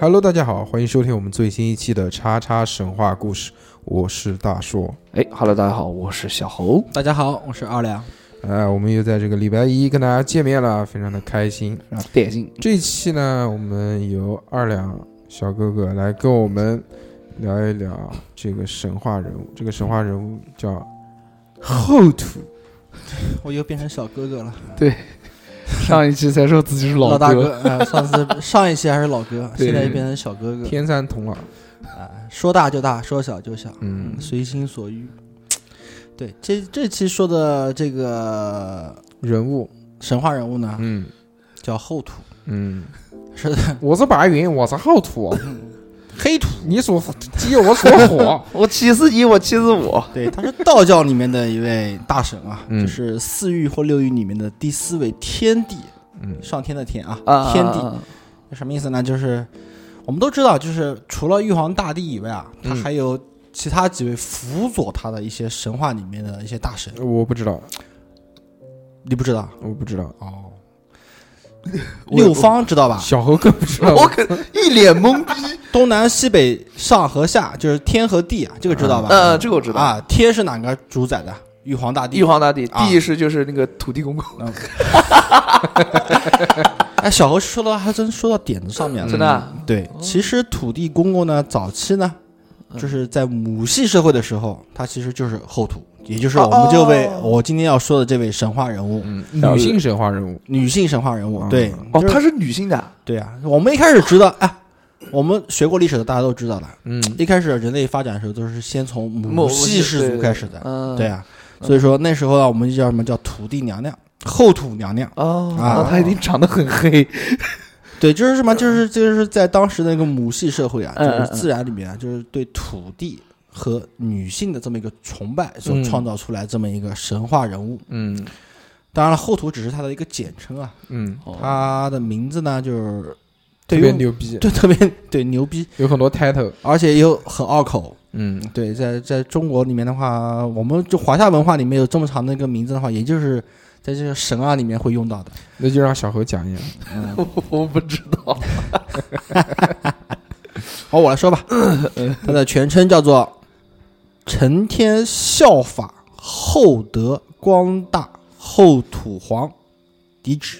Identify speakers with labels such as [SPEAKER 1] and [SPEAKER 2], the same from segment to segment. [SPEAKER 1] Hello，大家好，欢迎收听我们最新一期的《叉叉神话故事》，我是大硕。
[SPEAKER 2] 哎哈喽，大家好，我是小侯。
[SPEAKER 3] 大家好，我是二两。
[SPEAKER 1] 呃，我们又在这个礼拜一跟大家见面了，非常的开心。
[SPEAKER 2] 啊，带劲！
[SPEAKER 1] 这一期呢，我们由二两小哥哥来跟我们聊一聊这个神话人物。这个神话人物叫后土，
[SPEAKER 3] 我又变成小哥哥了，
[SPEAKER 2] 上一期才说自己是
[SPEAKER 3] 老
[SPEAKER 2] 哥，
[SPEAKER 3] 大哥。啊、上次上一期还是老哥，
[SPEAKER 1] 对
[SPEAKER 3] 现在又变成小哥哥。
[SPEAKER 1] 天山童姥。
[SPEAKER 3] 啊、说大就大，说小就小，
[SPEAKER 1] 嗯，
[SPEAKER 3] 随心所欲。对，这这期说的这个
[SPEAKER 1] 人物，
[SPEAKER 3] 神话人物呢，
[SPEAKER 1] 嗯
[SPEAKER 3] 叫后土，
[SPEAKER 1] 嗯，
[SPEAKER 3] 是的，
[SPEAKER 1] 我是白云，我是后 土，黑土， 你属鸡，我属火。
[SPEAKER 2] 我七四一，我七四五。
[SPEAKER 3] 对，他是道教里面的一位大神啊，
[SPEAKER 1] 嗯
[SPEAKER 3] 就是四御或六御里面的第四位天帝，
[SPEAKER 1] 嗯
[SPEAKER 3] 上天的天啊，
[SPEAKER 2] 啊，
[SPEAKER 3] 天帝。
[SPEAKER 2] 啊
[SPEAKER 3] 什么意思呢？就是我们都知道，就是除了玉皇大帝以外啊，他
[SPEAKER 1] 嗯
[SPEAKER 3] 还有其他几位辅佐他的一些神话里面的一些大神，
[SPEAKER 1] 嗯我不知道，
[SPEAKER 3] 你不知道
[SPEAKER 1] 我不知道。
[SPEAKER 3] 哦？六方知道吧？
[SPEAKER 1] 小猴更不知道。
[SPEAKER 2] 我 可一脸懵逼。
[SPEAKER 3] 东南西北上和下，就是天和地啊，这个知道吧？
[SPEAKER 2] 呃，这个我知道。
[SPEAKER 3] 啊，天是哪个主宰的？玉皇大帝。
[SPEAKER 2] 玉皇大帝，
[SPEAKER 3] 啊
[SPEAKER 2] 帝是就是那个土地公公，
[SPEAKER 3] 哎，小何说到还真说到点子上面了。嗯
[SPEAKER 2] 真的啊。
[SPEAKER 3] 对，其实土地公公呢，早期呢，
[SPEAKER 2] 嗯
[SPEAKER 3] 就是在母系社会的时候，他其实就是后土，也就是
[SPEAKER 2] 哦
[SPEAKER 3] 我们这位、我今天要说的这位神话人物，
[SPEAKER 1] 嗯，女性神话人物，
[SPEAKER 3] 女性神话人物。对，
[SPEAKER 2] 哦，
[SPEAKER 3] 就是
[SPEAKER 2] 她是女性的，
[SPEAKER 3] 对啊，我们一开始知道，哎，我们学过历史的大家都知道的，
[SPEAKER 1] 嗯，
[SPEAKER 3] 一开始人类发展的时候都是先从母系氏族开始的，
[SPEAKER 2] 嗯，
[SPEAKER 3] 对啊，所以说那时候啊，我们就叫什么叫土地娘娘、后土娘娘。
[SPEAKER 2] 哦，
[SPEAKER 3] 啊
[SPEAKER 2] 那她一定长得很黑。
[SPEAKER 3] 对，就是什么，就是就是在当时的那个母系社会啊，就
[SPEAKER 2] 嗯嗯
[SPEAKER 3] 是自然里面啊，就是对土地和女性的这么一个崇拜所
[SPEAKER 1] 嗯
[SPEAKER 3] 创造出来这么一个神话人物。
[SPEAKER 1] 嗯
[SPEAKER 3] 当然了，后土只是它的一个简称啊，
[SPEAKER 1] 嗯，
[SPEAKER 2] 哦
[SPEAKER 3] 它的名字呢就是
[SPEAKER 1] 特
[SPEAKER 3] 对
[SPEAKER 1] 别
[SPEAKER 3] 于
[SPEAKER 1] 牛逼，
[SPEAKER 3] 对特别对牛逼，
[SPEAKER 1] 有很多 title。
[SPEAKER 3] 而且又很拗口。
[SPEAKER 1] 嗯
[SPEAKER 3] 对，在在中国里面的话，我们就华夏文化里面有这么长的一个名字的话，也就是在这个神啊里面会用到的。，
[SPEAKER 1] 那就让小何讲一讲。
[SPEAKER 2] 我不知道。
[SPEAKER 3] 好，我来 说吧。它的全称叫做“承天效法厚德光大后土皇嫡旨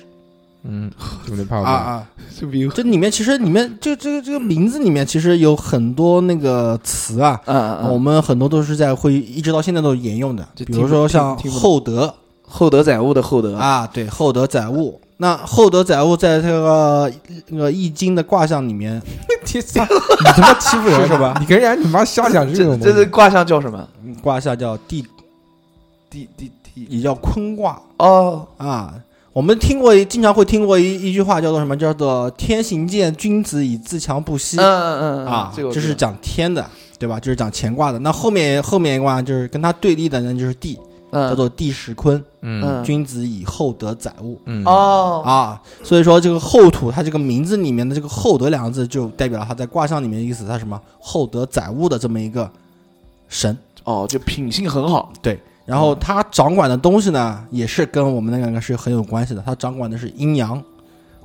[SPEAKER 1] 嗯，有点”怕
[SPEAKER 3] 啊
[SPEAKER 1] 我吧。
[SPEAKER 3] 啊！
[SPEAKER 2] 就比如，
[SPEAKER 3] 这里面其实里面这这个这个名字里面其实有很多那个词啊，
[SPEAKER 2] 嗯嗯
[SPEAKER 3] 我
[SPEAKER 2] 嗯，
[SPEAKER 3] 们很多都是在会一直到现在都沿用的，
[SPEAKER 2] 就
[SPEAKER 3] 比
[SPEAKER 2] 听
[SPEAKER 3] 如
[SPEAKER 2] 不
[SPEAKER 3] 说
[SPEAKER 2] 听
[SPEAKER 3] 像
[SPEAKER 2] 听不懂
[SPEAKER 3] 厚德
[SPEAKER 2] 厚德载物的厚德，
[SPEAKER 3] 啊，对，厚德载物。那厚德载物在这个那个易经的卦象里面，
[SPEAKER 1] 你他妈欺负人
[SPEAKER 3] 是吧？
[SPEAKER 1] 你跟人家你妈瞎讲这
[SPEAKER 2] 这
[SPEAKER 1] 种
[SPEAKER 2] 这
[SPEAKER 1] 东
[SPEAKER 2] 这
[SPEAKER 1] 西。
[SPEAKER 2] 卦象叫什么？
[SPEAKER 3] 嗯卦象叫地，
[SPEAKER 2] 地地地
[SPEAKER 3] 也叫坤卦。
[SPEAKER 2] 哦，
[SPEAKER 3] 啊，我们听过一，经常会听过一一句话叫做什么？叫做“天行健，君子以自强不息”
[SPEAKER 2] 嗯嗯嗯嗯
[SPEAKER 3] 啊，
[SPEAKER 2] 这个我
[SPEAKER 3] 这
[SPEAKER 2] 知
[SPEAKER 3] 是
[SPEAKER 2] 道
[SPEAKER 3] 讲天的，对吧？就是讲乾卦的。那后面后面一卦就是跟它对立的呢，就是地，
[SPEAKER 2] 嗯
[SPEAKER 3] 叫做地时坤，
[SPEAKER 1] 嗯
[SPEAKER 2] 嗯
[SPEAKER 3] 君子以厚德载物。
[SPEAKER 1] 嗯
[SPEAKER 2] 哦
[SPEAKER 3] 啊，所以说这个厚土，它这个名字里面的这个“厚德”两个字，就代表了它在卦象里面的意思，它什么厚德载物的这么一个神。
[SPEAKER 2] 哦，就品性很好，
[SPEAKER 3] 对，
[SPEAKER 2] 嗯
[SPEAKER 3] 然后他掌管的东西呢，也是跟我们那两个是很有关系的。他掌管的是阴阳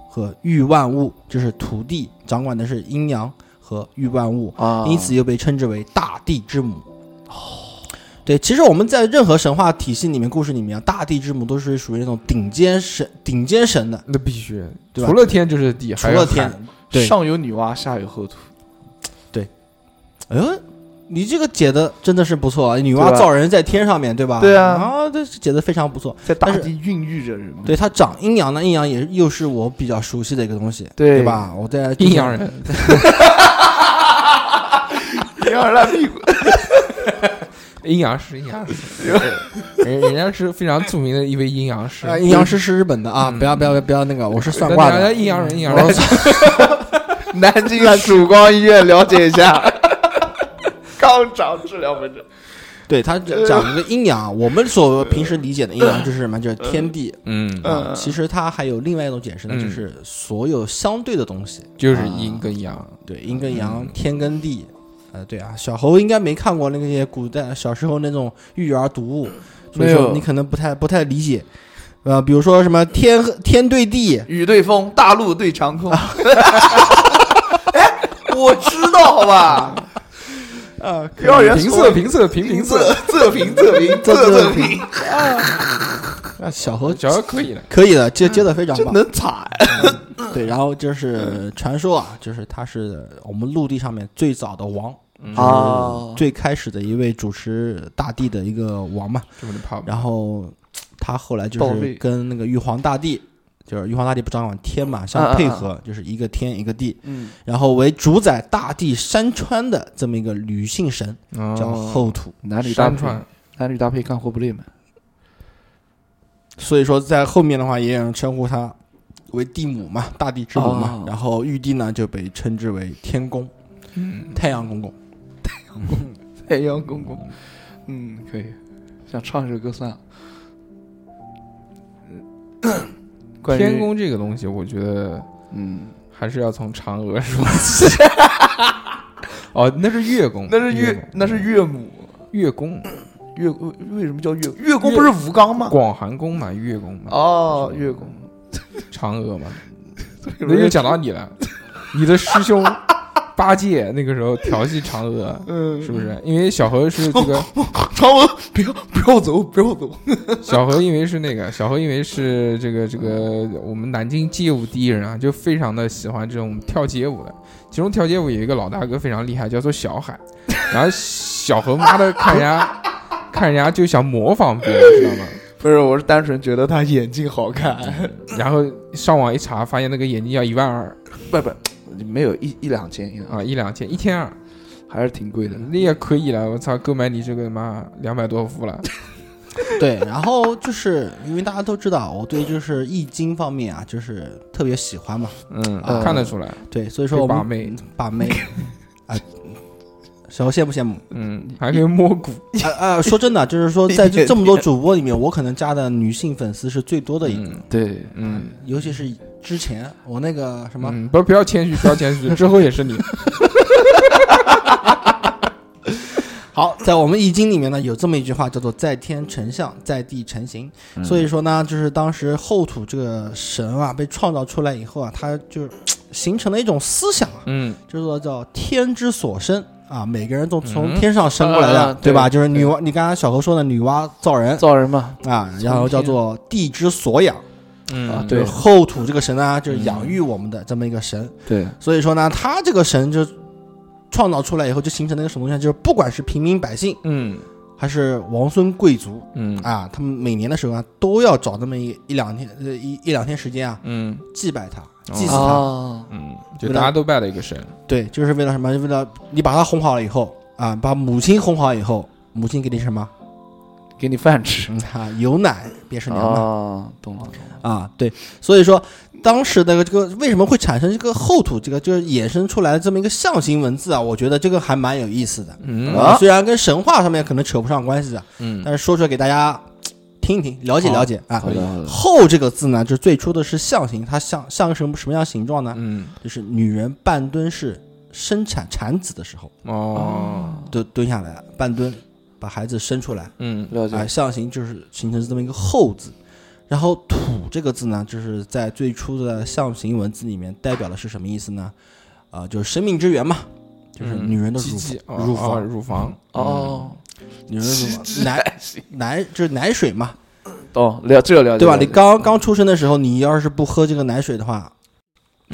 [SPEAKER 3] 和御万物，就是土地掌管的是阴阳和御万物，
[SPEAKER 2] 啊，
[SPEAKER 3] 因此又被称之为大地之母。哦，对，其实我们在任何神话体系里面、故事里面啊，大地之母都是属于那种顶尖神、顶尖神的，
[SPEAKER 1] 那必须，
[SPEAKER 3] 对吧
[SPEAKER 1] 除了天就是地，
[SPEAKER 3] 除
[SPEAKER 1] 还有
[SPEAKER 3] 了
[SPEAKER 1] 海
[SPEAKER 3] 天。，对
[SPEAKER 2] 上有女娲，下有后土，
[SPEAKER 3] 哎呦，你这个解的真的是不错啊！女
[SPEAKER 2] 对
[SPEAKER 3] 娲
[SPEAKER 2] 吧
[SPEAKER 3] 造人在天上面，对吧？
[SPEAKER 2] 对啊
[SPEAKER 3] 啊，这解的非常不错。
[SPEAKER 2] 在大
[SPEAKER 3] 但是
[SPEAKER 2] 地孕育着人们。
[SPEAKER 3] 对它长阴阳呢，阴阳也又是我比较熟悉的一个东西，
[SPEAKER 2] 对
[SPEAKER 3] 对吧？我在
[SPEAKER 1] 阴阳， 人，
[SPEAKER 2] 对，要烂哎屁股。
[SPEAKER 1] 阴阳师，阴阳师，人人家是非常著名的一位阴阳师
[SPEAKER 3] 啊，。阴阳师是日本的啊，不要不要不要那个，我是算卦
[SPEAKER 1] 人家
[SPEAKER 3] 的。
[SPEAKER 1] 阴阳人，阴阳人，
[SPEAKER 2] 南 京曙光医院了解一下，肛肠治疗门诊。
[SPEAKER 3] 对他讲一个阴阳，我们所平时理解的阴阳就是什么？就是天地
[SPEAKER 1] 嗯，
[SPEAKER 3] 啊。
[SPEAKER 2] 嗯
[SPEAKER 3] 其实它还有另外一种解释呢，
[SPEAKER 1] 嗯
[SPEAKER 3] 就是所有相对的东西，
[SPEAKER 1] 就是阴跟阳，
[SPEAKER 3] 对，阴跟阳，天跟地，呃，对啊，小猴应该没看过那些古代小时候那种育儿读物，所以
[SPEAKER 2] 没
[SPEAKER 3] 说
[SPEAKER 2] 有
[SPEAKER 3] 你可能不太不太理解。呃，比如说什么天和天对地，
[SPEAKER 2] 雨对风，大陆对长 空。哎，我知道，好吧？
[SPEAKER 3] 呃，
[SPEAKER 2] 要人
[SPEAKER 1] 平仄，平仄，平平仄，
[SPEAKER 2] 仄，仄平， 仄平，仄仄平，
[SPEAKER 3] 那小猴
[SPEAKER 1] 只要可以了。
[SPEAKER 3] 可以的，接接的非常
[SPEAKER 2] 真
[SPEAKER 3] 棒。
[SPEAKER 2] 能踩。
[SPEAKER 3] 对，然后就是传说啊，就是他是呃我们陆地上面最早的王，
[SPEAKER 2] 哦
[SPEAKER 3] 最开始的一位主持大地的一个王嘛。
[SPEAKER 1] 这么的跑，
[SPEAKER 3] 然后他后来就
[SPEAKER 2] 报
[SPEAKER 3] 是
[SPEAKER 2] 备
[SPEAKER 3] 跟那个玉皇大帝，就是玉皇大帝不掌管天嘛，相配合，就是一个天一个地，
[SPEAKER 2] 嗯，
[SPEAKER 3] 然后为主宰大地山川的这么一个女性神，叫
[SPEAKER 1] 哦，
[SPEAKER 3] 后土。
[SPEAKER 2] 男女搭
[SPEAKER 1] 山
[SPEAKER 2] 配，
[SPEAKER 1] 川，
[SPEAKER 2] 男女搭配干活不累嘛？
[SPEAKER 3] 所以说在后面的话，也有人称呼她为地母嘛，大地之母嘛。
[SPEAKER 2] 哦
[SPEAKER 3] 然后玉帝呢就被称之为天公，
[SPEAKER 1] 嗯，
[SPEAKER 3] 太阳公公。
[SPEAKER 2] 太哎阳公公，嗯，可以。想唱一首歌算了。 关于
[SPEAKER 1] 天，宫这个东西，我觉得
[SPEAKER 2] 嗯，
[SPEAKER 1] 还是要从嫦娥说起。 哦，那是月宫，
[SPEAKER 2] 那是嗯
[SPEAKER 1] 宫
[SPEAKER 2] 岳，那是岳母。
[SPEAKER 1] 月宫，
[SPEAKER 2] 月为为什么叫月？月宫不是吴刚吗？
[SPEAKER 1] 广寒宫嘛，月宫嘛，
[SPEAKER 2] 哦，月宫。
[SPEAKER 1] 嫦娥嘛，
[SPEAKER 2] 这
[SPEAKER 1] 那就讲到你了，你的师兄八戒那个时候调戏嫦娥，
[SPEAKER 2] 嗯，
[SPEAKER 1] 是不是？因为小何是这 个
[SPEAKER 2] 长文，不要不要走，不要走。
[SPEAKER 1] 小何，因为是那个小何，因为是这个这个我们南京街舞第一人啊，就非常的喜欢这种跳街舞的。其中跳街舞有一个老大哥非常厉害，叫做小海。然后小何妈的看人家， 看人家就想模仿别人，知道吗？
[SPEAKER 2] 不是，我是单纯觉得他眼睛好看。
[SPEAKER 1] 然后上网一查，发现那个眼镜要一万二
[SPEAKER 2] 不不，没有一一两千啊，
[SPEAKER 1] 啊，一两千，一千二，
[SPEAKER 2] 还是挺贵的。
[SPEAKER 1] 那也可以了。我操，购买你这个妈两百多副了。
[SPEAKER 3] 对，然后就是因为大家都知道，我对就是易经方面啊，就是特别喜欢嘛。
[SPEAKER 1] 嗯，
[SPEAKER 3] 啊
[SPEAKER 1] 看得出来，
[SPEAKER 3] 对，所以说
[SPEAKER 1] 说
[SPEAKER 3] 我
[SPEAKER 1] 把
[SPEAKER 3] 们
[SPEAKER 1] 妹，
[SPEAKER 3] 把妹 啊，小猴羡慕羡 慕
[SPEAKER 1] 嗯，还可以摸骨。
[SPEAKER 3] 啊啊！说真的，就是说在这这么多主播里面，我可能加的女性粉丝是最多的一哎个，
[SPEAKER 1] 嗯
[SPEAKER 2] 对，
[SPEAKER 1] 嗯。
[SPEAKER 3] 尤其是之前我那个什么，
[SPEAKER 1] 嗯，不，不要谦虚，不要谦虚，之后也是你。
[SPEAKER 3] 好，在我们易经里面呢，有这么一句话叫做“在天成象，在地成形”。
[SPEAKER 2] 嗯
[SPEAKER 3] 所以说呢，就是当时后土这个神啊被创造出来以后啊，它就形成了一种思想啊，
[SPEAKER 1] 嗯，
[SPEAKER 3] 就是说叫天之所生啊，每个人都从
[SPEAKER 1] 嗯
[SPEAKER 3] 天上生过来的，
[SPEAKER 2] 啊
[SPEAKER 3] 对吧？
[SPEAKER 2] 对
[SPEAKER 3] 就是女娲，你刚刚小何说的女娲造人
[SPEAKER 2] 造人嘛，
[SPEAKER 3] 啊，然后叫做地之所养，
[SPEAKER 1] 嗯
[SPEAKER 2] 啊
[SPEAKER 3] 就
[SPEAKER 2] 对
[SPEAKER 3] 是后土这个神呢，就是养育我
[SPEAKER 2] 嗯
[SPEAKER 3] 们的这么一个神。
[SPEAKER 2] 对，
[SPEAKER 3] 所以说呢，他这个神就创造出来以后，就形成了一个什么东西啊？就是不管是平民百姓
[SPEAKER 1] 嗯
[SPEAKER 3] 还是王孙贵族
[SPEAKER 1] 嗯
[SPEAKER 3] 啊，他们每年的时候啊，都要找那么一一两天呃一一两天时间啊，
[SPEAKER 1] 嗯
[SPEAKER 3] 祭拜他，祭祀他。
[SPEAKER 2] 啊，
[SPEAKER 1] 嗯，就大家都拜了一个神。
[SPEAKER 3] 对，就是为了什么？为了你把他哄好了以后啊，把母亲哄好以后，母亲给你什么？
[SPEAKER 2] 给你饭吃。
[SPEAKER 3] 嗯啊，有奶便是娘嘛。
[SPEAKER 2] 啊，懂了，懂了。
[SPEAKER 3] 啊，对，所以说当时的这个为什么会产生这个后土，这个就是衍生出来的这么一个象形文字啊，我觉得这个还蛮有意思的。
[SPEAKER 1] 嗯
[SPEAKER 2] 啊
[SPEAKER 3] 虽然跟神话上面可能扯不上关系啊，
[SPEAKER 1] 嗯
[SPEAKER 3] 但是说出来给大家嘖听一听，了解
[SPEAKER 1] 好
[SPEAKER 3] 了解啊
[SPEAKER 2] 好。的，
[SPEAKER 1] 嗯
[SPEAKER 2] 好的。
[SPEAKER 3] 后这个字呢，就是最初的是象形，它像像什么什么样形状呢？
[SPEAKER 1] 嗯
[SPEAKER 3] 就是女人半蹲式生产产子的时候，
[SPEAKER 1] 哦
[SPEAKER 3] 蹲蹲下来半蹲，把孩子生出来。
[SPEAKER 1] 嗯
[SPEAKER 2] 了
[SPEAKER 3] 啊，
[SPEAKER 2] 解。
[SPEAKER 3] 象形就是形成这么一个后字。然后土这个字呢，就是在最初的象形文字里面代表的是什么意思呢？啊、就是生命之源嘛，就是
[SPEAKER 1] 嗯
[SPEAKER 3] 女人的
[SPEAKER 1] 鸡
[SPEAKER 3] 乳
[SPEAKER 1] 鸡
[SPEAKER 3] 房
[SPEAKER 1] 哦
[SPEAKER 3] 乳
[SPEAKER 1] 哦
[SPEAKER 3] 房，
[SPEAKER 1] 乳房
[SPEAKER 2] 哦，哎
[SPEAKER 3] 女人的乳房，奶奶就是奶水嘛，
[SPEAKER 2] 懂了，这了解。
[SPEAKER 3] 对吧？
[SPEAKER 2] 了解
[SPEAKER 3] 你刚刚出生的时候，你要是不喝这个奶水的话，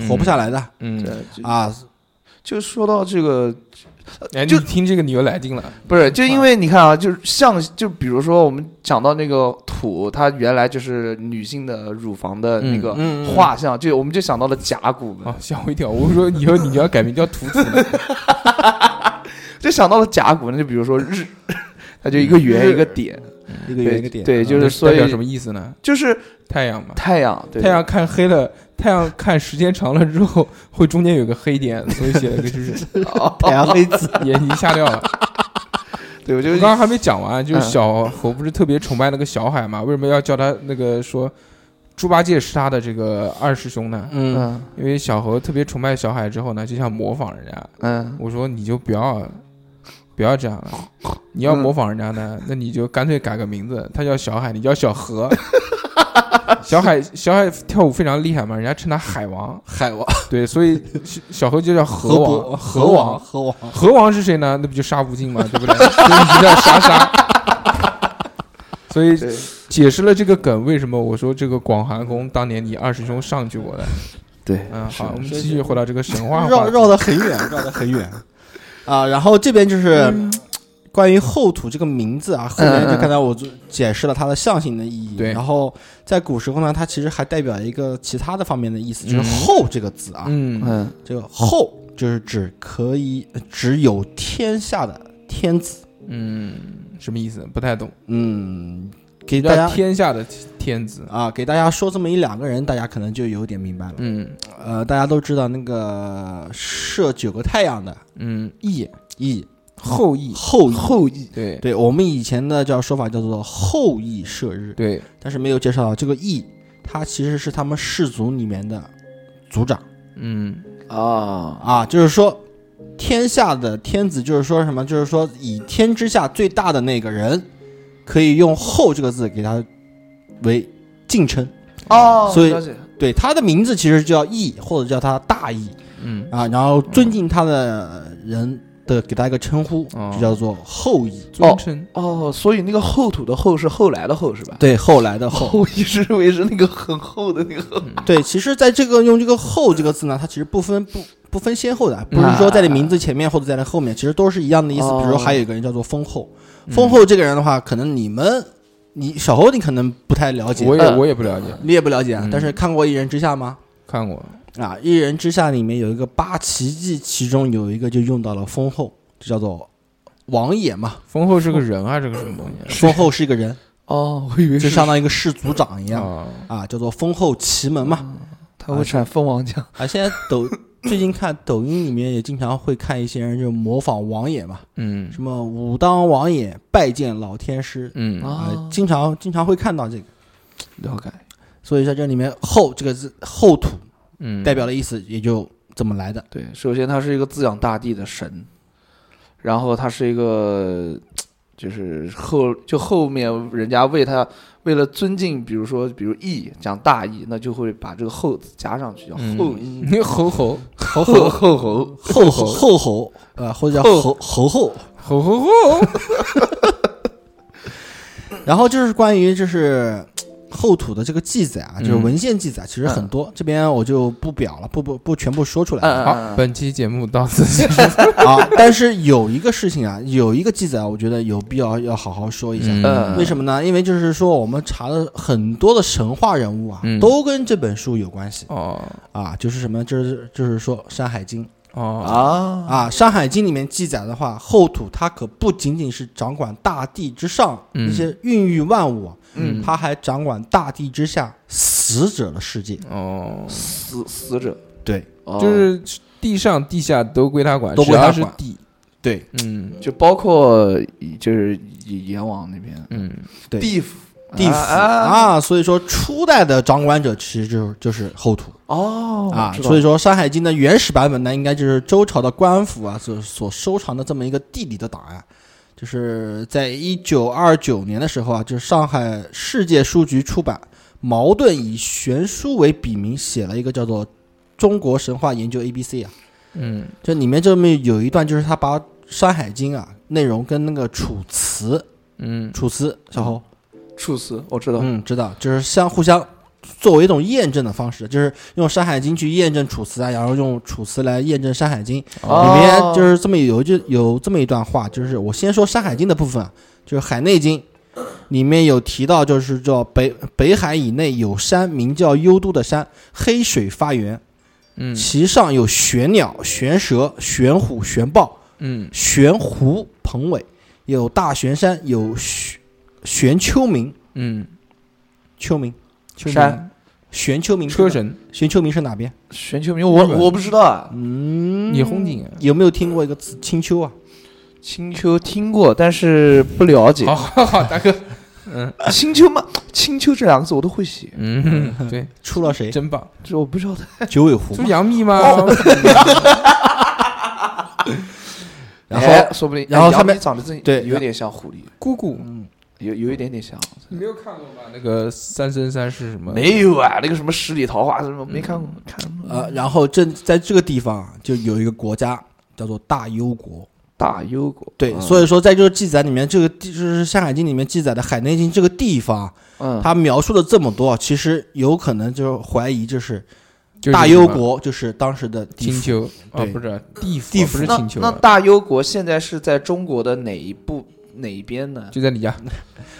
[SPEAKER 3] 活不下
[SPEAKER 1] 来。
[SPEAKER 3] 来的
[SPEAKER 1] 嗯，
[SPEAKER 2] 对就
[SPEAKER 3] 啊。
[SPEAKER 2] 就说到这个
[SPEAKER 1] 哎，
[SPEAKER 2] 就
[SPEAKER 1] 就听这个你又来劲了。
[SPEAKER 2] 不是，就因为你看啊，就是像就比如说我们讲到那个土，它原来就是女性的乳房的那个
[SPEAKER 3] 嗯嗯嗯
[SPEAKER 2] 画像，就我们就想到了甲骨文，
[SPEAKER 1] 啊，吓我一跳！我说以后你就要改名叫土子了。
[SPEAKER 2] 就想到了甲骨文，就比如说 日，它就一个圆
[SPEAKER 1] 日
[SPEAKER 2] 一个点，
[SPEAKER 3] 一个圆一个点，啊
[SPEAKER 2] 对，
[SPEAKER 1] 嗯
[SPEAKER 2] 就
[SPEAKER 1] 那
[SPEAKER 2] 是所
[SPEAKER 1] 代表什
[SPEAKER 2] 以
[SPEAKER 1] 么意思呢？
[SPEAKER 2] 就是
[SPEAKER 1] 太阳嘛，
[SPEAKER 2] 太阳，对
[SPEAKER 1] 太阳看黑了，太阳看时间长了之后，会中 间有个黑点，所以写了个就是
[SPEAKER 3] 太阳黑子。
[SPEAKER 1] 眼睛吓掉了。
[SPEAKER 2] 对，我就
[SPEAKER 1] 我刚刚还没讲完，就是
[SPEAKER 2] 嗯
[SPEAKER 1] 小猴不是特别崇拜那个小海嘛？为什么要叫他那个说猪八戒是他的这个二师兄呢？
[SPEAKER 3] 嗯，
[SPEAKER 2] 嗯
[SPEAKER 1] 因为小猴特别崇拜小海之后呢，就想模仿人家。
[SPEAKER 2] 嗯
[SPEAKER 1] 我说你就不要不要这样了，你要模仿人家呢，那你就干脆改个名字，他叫小海，你叫小何。 小海小海跳舞非常厉害嘛，人家称他海王，
[SPEAKER 3] 海王、
[SPEAKER 1] 对，所以小小何就叫
[SPEAKER 3] 河
[SPEAKER 1] 何
[SPEAKER 3] 伯、
[SPEAKER 1] 王，
[SPEAKER 3] 河
[SPEAKER 1] 何
[SPEAKER 3] 王、
[SPEAKER 1] 王。
[SPEAKER 3] 河王，
[SPEAKER 1] 何王是谁呢？那不就沙悟净嘛，对不 对？所以就叫沙沙。所以
[SPEAKER 2] 对
[SPEAKER 1] 解释了这个梗，为什么我说这个广寒宫当年你二师兄上去过的。
[SPEAKER 2] 对，
[SPEAKER 1] 嗯，
[SPEAKER 2] 是
[SPEAKER 1] 好，我们
[SPEAKER 3] 是
[SPEAKER 1] 继续回到这个神话话
[SPEAKER 3] 绕
[SPEAKER 1] 题。
[SPEAKER 3] 绕得很远，绕得很远 嗯啊。然后这边就是关于后土这个名字啊，后面就刚才我就解释了它的象形的意义。
[SPEAKER 1] 对
[SPEAKER 3] 然后在古时候呢，它其实还代表一个其他的方面的意思，就是
[SPEAKER 1] 嗯
[SPEAKER 3] “后”这个字啊，
[SPEAKER 1] 嗯
[SPEAKER 2] 嗯
[SPEAKER 3] 这个“后”就是指可以只有天下的天子。
[SPEAKER 1] 嗯，什么意思？不太懂。
[SPEAKER 3] 嗯，给大
[SPEAKER 1] 叫
[SPEAKER 3] 家
[SPEAKER 1] 天下的天子。
[SPEAKER 3] 啊，给大家说这么一两个人，大家可能就有点明白了。
[SPEAKER 1] 嗯
[SPEAKER 3] 呃，大家都知道那个射九个太阳的
[SPEAKER 1] 嗯，羿
[SPEAKER 3] 羿，
[SPEAKER 1] 后羿，
[SPEAKER 3] 后后羿，
[SPEAKER 1] 对
[SPEAKER 3] 对我们以前的叫说法叫做后羿射日，
[SPEAKER 1] 对，
[SPEAKER 3] 但是没有介绍到这个羿，他其实是他们氏族里面的族长
[SPEAKER 1] 嗯
[SPEAKER 2] 啊，
[SPEAKER 3] 啊，就是说天下的天子，就是说什么，就是说以天之下最大的那个人，可以用后这个字给他为敬称，
[SPEAKER 2] 哦
[SPEAKER 3] 所以
[SPEAKER 2] 了解
[SPEAKER 3] 对他的名字其实叫羿，或者叫他大羿
[SPEAKER 1] 嗯
[SPEAKER 3] 啊，然后尊敬他的人的给他一个称呼，
[SPEAKER 1] 哦
[SPEAKER 3] 就叫做后羿，
[SPEAKER 1] 尊称。
[SPEAKER 2] 哦，所以那个后土的后是后来的后是吧？
[SPEAKER 3] 对后来的后。
[SPEAKER 2] 后哦一直认为是那个很厚的那个厚，
[SPEAKER 3] 对，其实在这个用这个“后”这个字呢，它其实不分不不分先后的，不是说在你名字前面或者在你后面，其实都是一样的意思。
[SPEAKER 2] 哦
[SPEAKER 3] 比如说还有一个人叫做封后，
[SPEAKER 1] 嗯
[SPEAKER 3] 封后这个人的话，可能你们你小侯你可能不太了解，呃
[SPEAKER 1] 我也
[SPEAKER 2] 嗯
[SPEAKER 1] 我也不了解，
[SPEAKER 3] 你也不了解啊
[SPEAKER 1] 嗯。
[SPEAKER 3] 但是看过《一人之下》吗？
[SPEAKER 1] 看过。
[SPEAKER 3] 啊，《一人之下》里面有一个八奇迹，其中有一个就用到了封后，就叫做王爷嘛。
[SPEAKER 1] 封后是个人还是个什么东西？啊
[SPEAKER 3] 封后是一个人，
[SPEAKER 2] 哦，我以为
[SPEAKER 3] 就是相当于一个氏族长一样
[SPEAKER 1] 啊，
[SPEAKER 3] 啊，叫做封后奇门嘛。
[SPEAKER 2] 他会产蜂王浆，
[SPEAKER 3] 啊，现在抖最近看抖音里面也经常会看一些人就模仿王爷嘛，
[SPEAKER 1] 嗯
[SPEAKER 3] 什么武当王爷拜见老天师
[SPEAKER 1] 嗯
[SPEAKER 2] 啊
[SPEAKER 3] 啊、经常经常会看到这个。
[SPEAKER 2] 了解
[SPEAKER 3] 所以在这里面“后”这个字“后土”
[SPEAKER 1] 嗯，
[SPEAKER 3] 代表的意思也就这么来的。
[SPEAKER 2] 对，首先他是一个滋养大地的神，然后他是一个，就是后就后面人家为他为了尊敬，比如说比如义讲大义，那就会把这个后字加上去，叫
[SPEAKER 1] 嗯
[SPEAKER 2] 后义。
[SPEAKER 1] 你猴猴
[SPEAKER 3] 猴
[SPEAKER 2] 后
[SPEAKER 3] 猴
[SPEAKER 2] 后侯，
[SPEAKER 3] 后侯后侯呃，或者叫
[SPEAKER 2] 后
[SPEAKER 3] 侯侯后。
[SPEAKER 1] 猴猴猴，
[SPEAKER 3] 然后就是关于就是。后土的这个记载啊，就是
[SPEAKER 1] 嗯
[SPEAKER 3] 文献记载，其实很多，这边我就不表了，不不不全部说出来。
[SPEAKER 2] 嗯
[SPEAKER 1] 好，本期节目到此结束。
[SPEAKER 3] 啊，但是有一个事情啊，有一个记载啊，我觉得有必要要好好说一下。
[SPEAKER 1] 嗯
[SPEAKER 3] 为什么呢？因为就是说，我们查了很多的神话人物啊，
[SPEAKER 1] 嗯
[SPEAKER 3] 都跟这本书有关系
[SPEAKER 1] 哦
[SPEAKER 3] 啊。就是什么，就是就是说《山海经》
[SPEAKER 1] 哦，
[SPEAKER 2] 啊
[SPEAKER 3] 啊，《山海经》里面记载的话，后土它可不仅仅是掌管大地之上
[SPEAKER 1] 嗯
[SPEAKER 3] 一些孕育万物啊，
[SPEAKER 1] 嗯
[SPEAKER 3] 它还掌管大地之下死者的世界。
[SPEAKER 1] 哦，
[SPEAKER 2] 死死者，
[SPEAKER 3] 对
[SPEAKER 2] 哦
[SPEAKER 1] 就是地上地下都归他管，
[SPEAKER 3] 都
[SPEAKER 1] 只
[SPEAKER 3] 归他
[SPEAKER 1] 要
[SPEAKER 3] 管
[SPEAKER 1] 是地，
[SPEAKER 3] 对
[SPEAKER 1] 嗯
[SPEAKER 2] 就包括就是阎王那边
[SPEAKER 1] 嗯
[SPEAKER 3] 对，
[SPEAKER 2] 地府
[SPEAKER 3] 地府
[SPEAKER 2] 啊
[SPEAKER 3] 啊，所以说初代的掌管者其实就是就是后土。
[SPEAKER 2] 哦
[SPEAKER 3] 啊，
[SPEAKER 2] 知道
[SPEAKER 3] 所以说《山海经》的原始版本呢，应该就是周朝的官府啊所所收藏的这么一个地理的档案，就是在一九二九年的时候啊，就是上海世界书局出版，茅盾以玄书为笔名写了一个叫做《中国神话研究 A B C》啊，
[SPEAKER 1] 嗯
[SPEAKER 3] 这里面这么有一段就是他把《山海经啊》内容跟那个《楚辞》，
[SPEAKER 1] 嗯
[SPEAKER 3] 《楚辞》小侯，
[SPEAKER 2] 处死，我知道，
[SPEAKER 3] 嗯，知道，就是相互相作为一种验证的方式，就是用《山海经》去验证《楚辞》啊，然后用《楚辞》来验证《山海经》
[SPEAKER 2] 哦
[SPEAKER 3] 里面就是这么有一句有这么一段话，就是我先说《山海经》的部分啊，就是《海内经》里面有提到，就是叫北北海以内有山，名叫幽都的山，黑水发源，
[SPEAKER 1] 嗯
[SPEAKER 3] 其上有玄鸟、玄蛇、玄虎、玄豹、
[SPEAKER 1] 嗯
[SPEAKER 3] 玄狐、鹏尾，有大玄山，有玄玄丘明，
[SPEAKER 1] 嗯，
[SPEAKER 3] 丘明。
[SPEAKER 1] 丘
[SPEAKER 2] 山
[SPEAKER 3] 玄丘明
[SPEAKER 1] 车
[SPEAKER 3] 是哪
[SPEAKER 1] 神
[SPEAKER 3] 玄丘明是哪边？
[SPEAKER 2] 玄丘明，我
[SPEAKER 1] 日本
[SPEAKER 2] 我不知道啊，
[SPEAKER 3] 嗯
[SPEAKER 1] 李红景啊，
[SPEAKER 3] 有没有听过一个词“青丘”啊？
[SPEAKER 2] 青丘听过，但是不了解。
[SPEAKER 1] 好好好，大哥，嗯
[SPEAKER 2] 青丘嘛，青丘这两个字我都会写，
[SPEAKER 1] 嗯，对，
[SPEAKER 3] 出了谁？
[SPEAKER 1] 真棒，
[SPEAKER 2] 这我不知道的。
[SPEAKER 3] 九尾狐
[SPEAKER 1] 这不。杨幂吗？
[SPEAKER 3] 然后
[SPEAKER 2] 哎说不定，
[SPEAKER 3] 然后
[SPEAKER 2] 哎
[SPEAKER 3] 他
[SPEAKER 2] 杨
[SPEAKER 3] 们
[SPEAKER 2] 幂长得真
[SPEAKER 3] 对
[SPEAKER 2] 有点像狐狸，
[SPEAKER 1] 姑姑，
[SPEAKER 2] 有有一点点像。
[SPEAKER 1] 你没有看过吧？那个三生三世什么？
[SPEAKER 2] 没有啊，那个什么十里桃花什么没看过，看过
[SPEAKER 3] 呃，然后正在这个地方啊就有一个国家叫做大幽国。
[SPEAKER 2] 大幽国。
[SPEAKER 3] 对，
[SPEAKER 2] 嗯
[SPEAKER 3] 所以说在这个记载里面，这个地就是《山海经》里面记载的海内经这个地方，
[SPEAKER 2] 嗯，
[SPEAKER 3] 它描述了这么多，啊其实有可能就是怀疑，就是
[SPEAKER 1] 就是
[SPEAKER 3] 大幽国就是当时的地
[SPEAKER 1] 青
[SPEAKER 3] 府。
[SPEAKER 1] 丘啊，
[SPEAKER 3] 对
[SPEAKER 1] 不是地府，
[SPEAKER 3] 地
[SPEAKER 1] 不
[SPEAKER 3] 府
[SPEAKER 1] 是
[SPEAKER 2] 那
[SPEAKER 1] 青丘
[SPEAKER 2] 那
[SPEAKER 1] 啊，
[SPEAKER 2] 大幽国现在是在中国的哪一部哪一边呢？
[SPEAKER 1] 就在你家。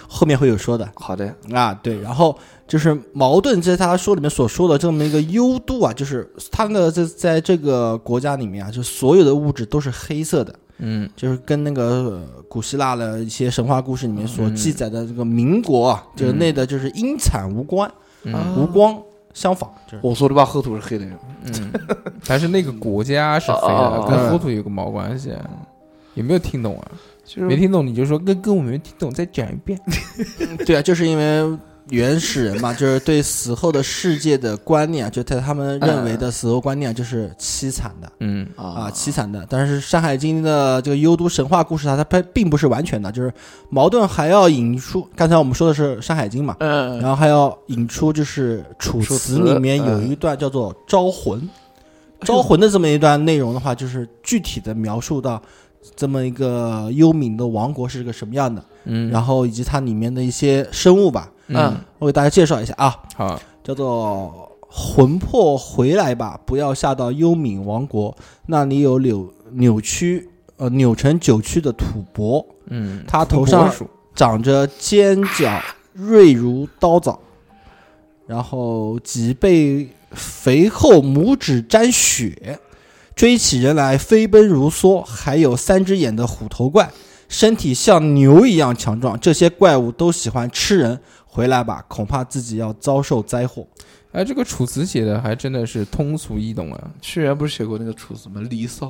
[SPEAKER 3] 后面会有说的
[SPEAKER 2] 好的，
[SPEAKER 3] 啊，对。然后就是矛盾，这是他书里面所说的这么一个幽度啊，就是他的这在这个国家里面啊，就所有的物质都是黑色的。
[SPEAKER 1] 嗯，
[SPEAKER 3] 就是跟那个呃古希腊的一些神话故事里面所记载的这个民国啊，就是内的就是阴惨无光，
[SPEAKER 1] 嗯
[SPEAKER 2] 啊
[SPEAKER 3] 无光相仿，就是
[SPEAKER 2] 我说的吧，河图是黑的。
[SPEAKER 1] 嗯，但是那个国家是非
[SPEAKER 2] 哦哦
[SPEAKER 1] 的，
[SPEAKER 2] 哦
[SPEAKER 1] 跟火土有个毛关系？有没有听懂啊？
[SPEAKER 2] 就是
[SPEAKER 1] 没听懂你就说跟跟我没听懂，再讲一遍。
[SPEAKER 3] 对啊，就是因为原始人嘛，就是对死后的世界的观念啊，就在他们认为的死后观念啊就是凄惨的。
[SPEAKER 1] 嗯，
[SPEAKER 3] 啊，凄惨的。但是《山海经》的这个幽都神话故事啊，它并并不是完全的，就是矛盾还要引出。刚才我们说的是《山海经》嘛，
[SPEAKER 2] 嗯，
[SPEAKER 3] 然后还要引出就是《楚
[SPEAKER 2] 楚
[SPEAKER 3] 辞》
[SPEAKER 2] 辞
[SPEAKER 3] 里面有
[SPEAKER 2] 嗯
[SPEAKER 3] 一段叫做“招魂”，招魂的这么一段内容的话，就是具体的描述到这么一个幽冥的王国是个什么样的，
[SPEAKER 1] 嗯，
[SPEAKER 3] 然后以及它里面的一些生物吧。
[SPEAKER 1] 嗯，
[SPEAKER 3] 我给大家介绍一下啊，
[SPEAKER 1] 好，
[SPEAKER 3] 叫做“魂魄回来吧，不要下到幽冥王国，那里有扭扭曲呃扭成九曲的吐蕃，
[SPEAKER 1] 嗯，
[SPEAKER 3] 他头
[SPEAKER 1] 土
[SPEAKER 3] 上
[SPEAKER 1] 拨鼠
[SPEAKER 3] 长着尖角，锐如刀凿，然后脊背肥厚，拇指沾血，追起人来飞奔如梭，还有三只眼的虎头怪，身体像牛一样强壮。这些怪物都喜欢吃人，回来吧，恐怕自己要遭受灾祸。
[SPEAKER 1] 哎，这个《楚辞》写的还真的是通俗易懂啊。
[SPEAKER 2] 屈原不是写过那个楚什么《离骚》？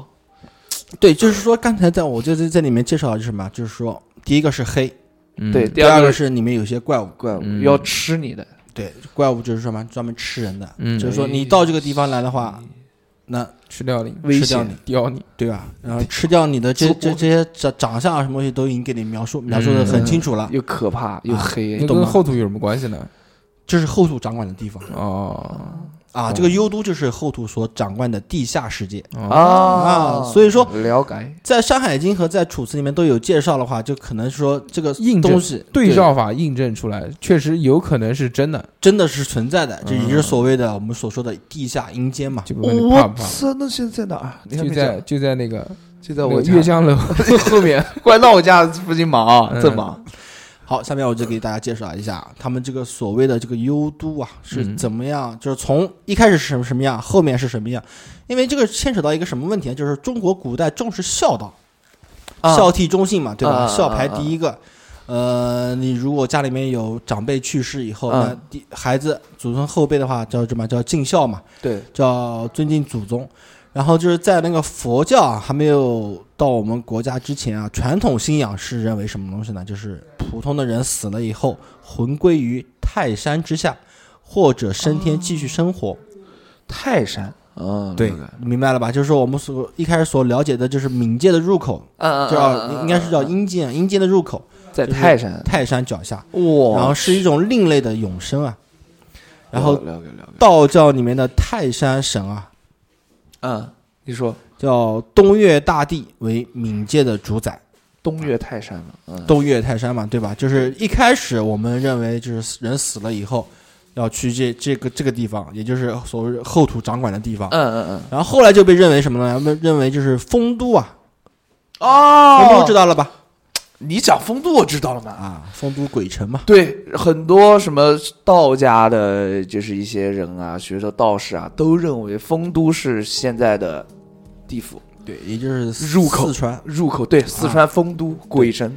[SPEAKER 3] 对，就是说刚才在我就在这里面介绍的是什么？就是说第一个是黑，
[SPEAKER 1] 嗯
[SPEAKER 2] 对，，
[SPEAKER 3] 第
[SPEAKER 2] 第
[SPEAKER 3] 二
[SPEAKER 2] 二
[SPEAKER 3] 个
[SPEAKER 2] 个是
[SPEAKER 3] 是里面有些怪物，
[SPEAKER 2] 怪物
[SPEAKER 1] 嗯
[SPEAKER 2] 要吃你的，
[SPEAKER 3] 对，怪物就是什么专门吃人的，
[SPEAKER 1] 嗯
[SPEAKER 3] 就是说你到这个地方来的话，那
[SPEAKER 1] 吃掉你，
[SPEAKER 2] 嗯危
[SPEAKER 3] 吃掉
[SPEAKER 2] 险
[SPEAKER 3] 你。
[SPEAKER 1] 叼你。
[SPEAKER 3] 对吧？然后吃掉你的这
[SPEAKER 2] 做
[SPEAKER 3] 这这些长长相啊什么东西都已经给你描述描述的很清楚了，
[SPEAKER 1] 嗯
[SPEAKER 2] 又可怕又黑，
[SPEAKER 1] 那
[SPEAKER 3] 懂
[SPEAKER 1] 跟
[SPEAKER 3] 吗
[SPEAKER 1] 后土有什么关系呢？
[SPEAKER 3] 这是后土掌管的地方
[SPEAKER 1] 哦，
[SPEAKER 3] 啊。
[SPEAKER 1] 哦
[SPEAKER 3] 这个幽都就是后土所掌管的地下世界。
[SPEAKER 1] 啊，
[SPEAKER 2] 啊
[SPEAKER 3] 啊所以说
[SPEAKER 2] 了解
[SPEAKER 3] 在《山海经》和在《楚辞》里面都有介绍的话，就可能说这个
[SPEAKER 1] 印证
[SPEAKER 3] 东西
[SPEAKER 1] 对照法印证出来，确实有可能是真的。
[SPEAKER 3] 真的是存在的，
[SPEAKER 1] 嗯
[SPEAKER 3] 这也就是所谓的我们所说的地下阴间嘛。
[SPEAKER 1] 就不问你怕
[SPEAKER 2] 我
[SPEAKER 1] 不怕，
[SPEAKER 2] 操，那现在在哪儿？你还
[SPEAKER 1] 就
[SPEAKER 2] 没
[SPEAKER 1] 在
[SPEAKER 2] 讲，
[SPEAKER 1] 就在那个
[SPEAKER 2] 就在
[SPEAKER 1] 那
[SPEAKER 2] 我
[SPEAKER 1] 个
[SPEAKER 2] 家
[SPEAKER 1] 月江楼 后面。
[SPEAKER 2] 怪到我家附近忙啊，
[SPEAKER 1] 嗯
[SPEAKER 2] 正忙。
[SPEAKER 3] 好，下面我就给大家介绍一下他们这个所谓的这个幽都啊是
[SPEAKER 1] 嗯
[SPEAKER 3] 怎么样，就是从一开始是什么什么样，后面是什么样。因为这个牵扯到一个什么问题啊，就是中国古代重视孝道，
[SPEAKER 2] 啊
[SPEAKER 3] 孝悌忠信嘛，对吧？
[SPEAKER 2] 啊
[SPEAKER 3] 孝排第一个。呃，你如果家里面有长辈去世以后，
[SPEAKER 2] 嗯
[SPEAKER 3] 那第孩子祖孙后辈的话叫什么？叫尽孝嘛，
[SPEAKER 2] 对，
[SPEAKER 3] 叫尊敬祖宗。然后就是在那个佛教啊还没有到我们国家之前啊，传统信仰是认为什么东西呢？就是普通的人死了以后，魂归于泰山之下，或者升天继续生活。
[SPEAKER 2] 泰山。嗯，
[SPEAKER 3] 对
[SPEAKER 2] 嗯，
[SPEAKER 3] 明白了吧？就是说我们所一开始所了解的，就是冥界的入口，
[SPEAKER 2] 嗯，
[SPEAKER 3] 叫
[SPEAKER 2] 嗯
[SPEAKER 3] 应该是叫阴间，阴间的入口，
[SPEAKER 2] 在
[SPEAKER 3] 就是
[SPEAKER 2] 泰山。
[SPEAKER 3] 泰山脚下，
[SPEAKER 2] 哇
[SPEAKER 3] 然后是一种另类的永生啊。然后
[SPEAKER 2] 了解了解。
[SPEAKER 3] 道教里面的泰山神啊，
[SPEAKER 2] 嗯，你说
[SPEAKER 3] 叫东岳大帝为冥界的主宰，
[SPEAKER 2] 东岳泰山嘛？嗯，
[SPEAKER 3] 东岳泰山嘛，对吧？就是一开始我们认为就是人死了以后要去这这个这个地方，也就是所谓后土掌管的地方。
[SPEAKER 2] 嗯嗯嗯。
[SPEAKER 3] 然后后来就被认为什么呢？他们认为就是丰都啊，丰
[SPEAKER 2] 哦
[SPEAKER 3] 都知道了吧？
[SPEAKER 2] 你讲丰都，我知道了嘛。
[SPEAKER 3] 啊，丰都鬼城嘛。
[SPEAKER 2] 对，很多什么道家的，就是一些人啊，学者、道士啊，都认为丰都是现在的地府
[SPEAKER 3] 对，也就是
[SPEAKER 2] 入口
[SPEAKER 3] 四川，
[SPEAKER 2] 入口，对，四川丰都、鬼神，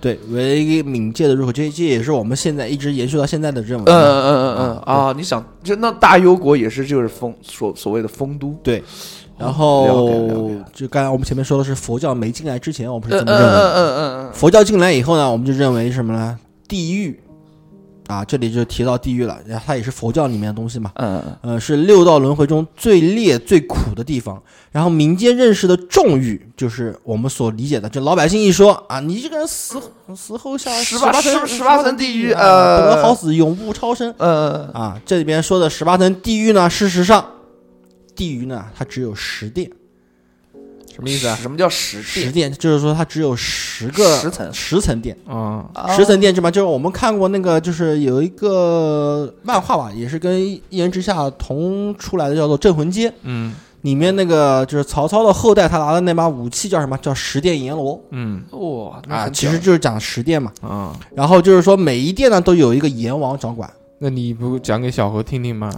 [SPEAKER 3] 对，为一个冥界的入口，这这也是我们现在一直延续到现在的认
[SPEAKER 2] 嗯嗯
[SPEAKER 3] 为。
[SPEAKER 2] 嗯嗯嗯啊！你想，就那大幽国也是就是丰所所谓的丰都，
[SPEAKER 3] 对，然后
[SPEAKER 2] 了解了解
[SPEAKER 3] 就刚才我们前面说的是佛教没进来之前，我们是
[SPEAKER 2] 嗯
[SPEAKER 3] 这
[SPEAKER 2] 嗯
[SPEAKER 3] 么认为的。
[SPEAKER 2] 嗯嗯嗯
[SPEAKER 3] 佛教进来以后呢，我们就认为什么呢？地狱啊，这里就提到地狱了，然后它也是佛教里面的东西嘛。
[SPEAKER 2] 嗯嗯
[SPEAKER 3] 呃，是六道轮回中最烈、最苦的地方。然后民间认识的重欲，就是我们所理解的，就老百姓一说啊，你这个人死死后下
[SPEAKER 2] 十
[SPEAKER 3] 八
[SPEAKER 2] 八
[SPEAKER 3] 层
[SPEAKER 2] 十
[SPEAKER 3] 十
[SPEAKER 2] 十八层
[SPEAKER 3] 层
[SPEAKER 2] 地
[SPEAKER 3] 狱，
[SPEAKER 2] 狱
[SPEAKER 3] 啊
[SPEAKER 2] 呃
[SPEAKER 3] 不得好死，永不超生
[SPEAKER 2] 嗯
[SPEAKER 3] 啊。这里边说的十八层地狱呢，事实上，地狱呢它只有十殿，
[SPEAKER 1] 什
[SPEAKER 2] 什
[SPEAKER 1] 么意思 啊？
[SPEAKER 2] 什么叫十
[SPEAKER 3] 十
[SPEAKER 2] 殿？
[SPEAKER 3] 殿就是说它只有十个
[SPEAKER 2] 十层
[SPEAKER 3] 十层殿。
[SPEAKER 1] 啊，
[SPEAKER 2] 啊
[SPEAKER 3] 十层殿制嘛，就是我们看过那个，就是有一个漫画吧，也是跟《一人之下》同出来的，叫做《镇魂街》。
[SPEAKER 1] 嗯
[SPEAKER 3] 里面那个就是曹操的后代，他拿的那把武器叫什么？叫十殿阎罗
[SPEAKER 1] 嗯
[SPEAKER 2] 哇那
[SPEAKER 3] 啊，
[SPEAKER 2] 很
[SPEAKER 3] 其
[SPEAKER 2] 屌
[SPEAKER 3] 实就是讲十殿嘛。
[SPEAKER 2] 嗯
[SPEAKER 1] 啊，
[SPEAKER 3] 然后就是说每一殿呢都有一个阎王掌管。
[SPEAKER 1] 那你不讲给小何听听吗？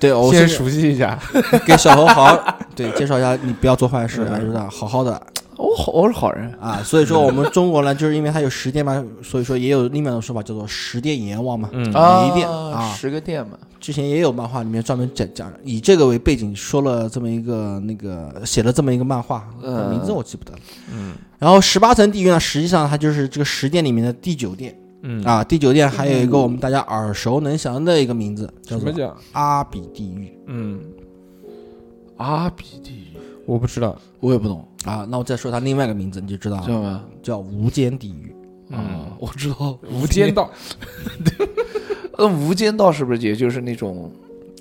[SPEAKER 3] 对，哦我
[SPEAKER 1] 先
[SPEAKER 3] 先
[SPEAKER 1] 熟悉一下。
[SPEAKER 3] 给小何好 好对介绍一下，你不要做坏事，啊
[SPEAKER 2] 嗯
[SPEAKER 3] 就是好好的
[SPEAKER 2] 我好我是好人
[SPEAKER 3] 啊。所以说我们中国呢，就是因为它有十殿嘛，所以说也有另外一种说法叫做十殿阎王嘛。
[SPEAKER 1] 嗯
[SPEAKER 3] 每一殿啊
[SPEAKER 2] 十个殿嘛，
[SPEAKER 3] 之前也有漫画里面专门讲讲以这个为背景说了这么一个那个写了这么一个漫画，
[SPEAKER 2] 嗯
[SPEAKER 3] 名字我记不得了。
[SPEAKER 1] 嗯
[SPEAKER 3] 然后十八层地狱呢，实际上它就是这个十殿里面的第九殿
[SPEAKER 1] 嗯，
[SPEAKER 3] 啊，第九殿还有一个我们大家耳熟能详的一个名字，叫
[SPEAKER 1] 什么
[SPEAKER 3] 做
[SPEAKER 1] 叫
[SPEAKER 3] 阿比地狱
[SPEAKER 1] 嗯？
[SPEAKER 2] 阿鼻啊地狱，
[SPEAKER 1] 我不知道。
[SPEAKER 2] 我也不懂，
[SPEAKER 3] 啊。那我再说它另外一个名字，你就知道
[SPEAKER 2] 知道
[SPEAKER 3] 了，
[SPEAKER 2] 吗？
[SPEAKER 3] 叫无间地狱。
[SPEAKER 1] 嗯，
[SPEAKER 2] 啊，我知道。
[SPEAKER 1] 无间道。
[SPEAKER 2] 那《无间道》是不是也就是那种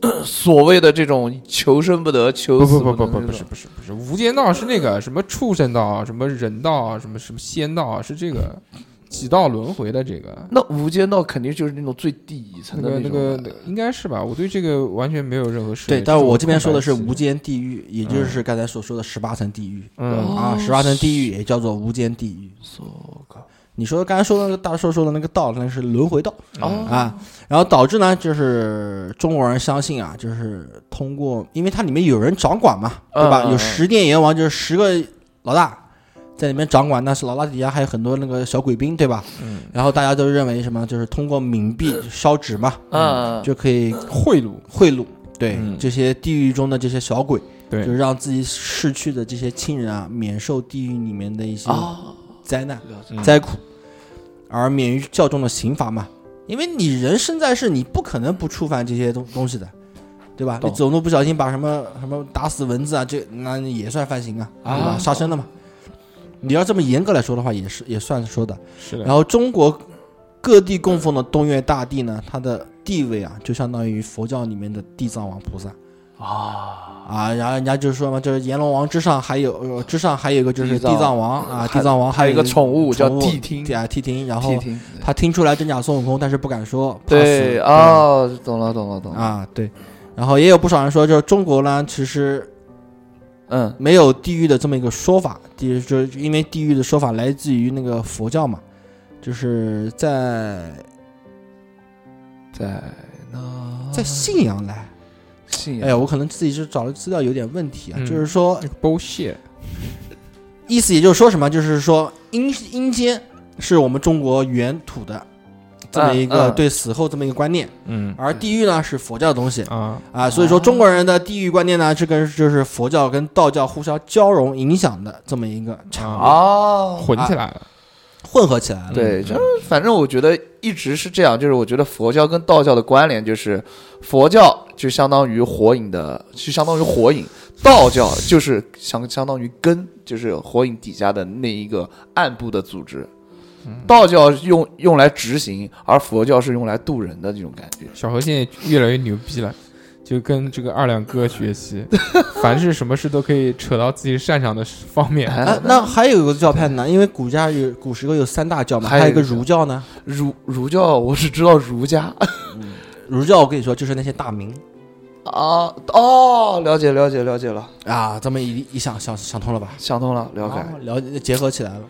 [SPEAKER 2] 所谓的这种求生不得、求
[SPEAKER 1] 不
[SPEAKER 2] 死
[SPEAKER 1] 不不不
[SPEAKER 2] 能
[SPEAKER 1] 不
[SPEAKER 2] 那
[SPEAKER 1] 不是
[SPEAKER 2] 种
[SPEAKER 1] 不是不是，无间道是那个什么畜生道、啊什么人道、什么什么仙道，啊是这个几道轮回的这个。
[SPEAKER 2] 那《无间道》肯定就是那种最底层
[SPEAKER 1] 那
[SPEAKER 2] 的
[SPEAKER 1] 个那
[SPEAKER 2] 种
[SPEAKER 1] 个
[SPEAKER 2] 吧
[SPEAKER 1] 那个应该是吧？我对这个完全没有任何涉猎。
[SPEAKER 3] 对，但是我这边说的是
[SPEAKER 1] 空白
[SPEAKER 3] 无
[SPEAKER 1] 期。
[SPEAKER 3] 间地狱，也就是刚才所说的十八层地狱
[SPEAKER 1] 嗯
[SPEAKER 2] 哦
[SPEAKER 3] 啊，十八层地狱也叫做无间地狱。你说刚才说的那个大叔说的那个道，那是轮回道。
[SPEAKER 2] 哦
[SPEAKER 3] 啊，然后导致呢，就是中国人相信啊，就是通过，因为它里面有人掌管嘛，对吧？
[SPEAKER 2] 嗯嗯嗯
[SPEAKER 3] 有十殿阎王，就是十个老大在里面掌管，但是老大底下还有很多那个小鬼兵，对吧？
[SPEAKER 1] 嗯。
[SPEAKER 3] 然后大家都认为什么，就是通过冥币烧纸嘛，
[SPEAKER 2] 嗯，
[SPEAKER 3] 就可以
[SPEAKER 1] 贿赂。
[SPEAKER 3] 贿赂。对、
[SPEAKER 1] 嗯
[SPEAKER 3] 这些地狱中的这些小鬼，
[SPEAKER 1] 对
[SPEAKER 3] 就是让自己逝去的这些亲人啊，免受地狱里面的一些
[SPEAKER 2] 啊，
[SPEAKER 3] 灾难、
[SPEAKER 2] 了解
[SPEAKER 1] 哦嗯
[SPEAKER 3] 灾苦，而免于教众的刑罚嘛。因为你人生在世，你不可能不触犯这些东东西的，对吧？你
[SPEAKER 2] 懂
[SPEAKER 3] 总不不小心把什么什么打死蚊子啊，这那也算犯刑啊，对吧？
[SPEAKER 2] 啊
[SPEAKER 3] 杀生了嘛。你要这么严格来说的话，也是也算说的。
[SPEAKER 1] 是的。
[SPEAKER 3] 然后中国各地供奉的东岳大帝呢，他的地位啊，就相当于佛教里面的地藏王菩萨
[SPEAKER 2] 啊，
[SPEAKER 3] 啊。然后人家就说嘛，就是阎罗王之上还有、呃之上还有一个就
[SPEAKER 2] 地
[SPEAKER 3] 是地
[SPEAKER 2] 藏
[SPEAKER 3] 藏王啊，
[SPEAKER 2] 还
[SPEAKER 3] 地藏王
[SPEAKER 2] 还有一
[SPEAKER 3] 有
[SPEAKER 2] 个宠物叫
[SPEAKER 3] 地
[SPEAKER 2] 谛听，
[SPEAKER 3] 啊谛听，然后
[SPEAKER 2] 谛听，
[SPEAKER 3] 他听出来真假孙悟空，但是不敢说，怕死
[SPEAKER 2] 对，哦，懂了懂了懂了，
[SPEAKER 3] 啊对，然后也有不少人说，就是中国呢，其实
[SPEAKER 2] 嗯
[SPEAKER 3] 没有地狱的这么一个说法，地狱就是因为地狱的说法来自于那个佛教嘛，就是在
[SPEAKER 2] 在那
[SPEAKER 3] 在信仰来，
[SPEAKER 2] 信
[SPEAKER 3] 哎呀，
[SPEAKER 2] 仰
[SPEAKER 3] 我可能自己是找的资料有点问题啊，
[SPEAKER 1] 嗯
[SPEAKER 3] 就是说
[SPEAKER 1] 那个 bullshit。
[SPEAKER 3] 意思也就是说什么，就是说阴阴间是我们中国原土的这么一
[SPEAKER 2] 嗯
[SPEAKER 3] 个
[SPEAKER 2] 嗯
[SPEAKER 3] 对死后这么一个观念，
[SPEAKER 1] 嗯
[SPEAKER 3] 而地狱呢是佛教的东西，
[SPEAKER 1] 啊，
[SPEAKER 3] 啊，所以说中国人的地域观念呢，这个就是佛教跟道教互相交融影响的这么一个产
[SPEAKER 1] 啊
[SPEAKER 2] 哦，
[SPEAKER 1] 混起来了。
[SPEAKER 3] 混合起来了。
[SPEAKER 2] 对，
[SPEAKER 1] 嗯
[SPEAKER 2] 就是反正我觉得一直是这样，就是我觉得佛教跟道教的关联就是，佛教就相当于火影的，就相当于火影，道教就是相相当于根，就是火影底下的那一个暗部的组织。道教用用来执行，而佛教是用来渡人的这种感觉。
[SPEAKER 1] 小何现在越来越牛逼了，就跟这个二两哥学 习，凡是什么事都可以扯到自己擅长的方面。
[SPEAKER 2] 哎
[SPEAKER 3] 啊，那还有一个教派呢，因为古家有古时候有三大教嘛，
[SPEAKER 2] 还有
[SPEAKER 3] 还有
[SPEAKER 2] 一个
[SPEAKER 3] 一个儒教呢。
[SPEAKER 2] 儒儒教我只知道儒家
[SPEAKER 3] 儒教我跟你说，就是那些大名
[SPEAKER 2] 啊，哦，了解了解了解了，
[SPEAKER 3] 啊，这么一一想想想通了吧？
[SPEAKER 2] 想通了，了解。
[SPEAKER 3] 啊了解结合起来了。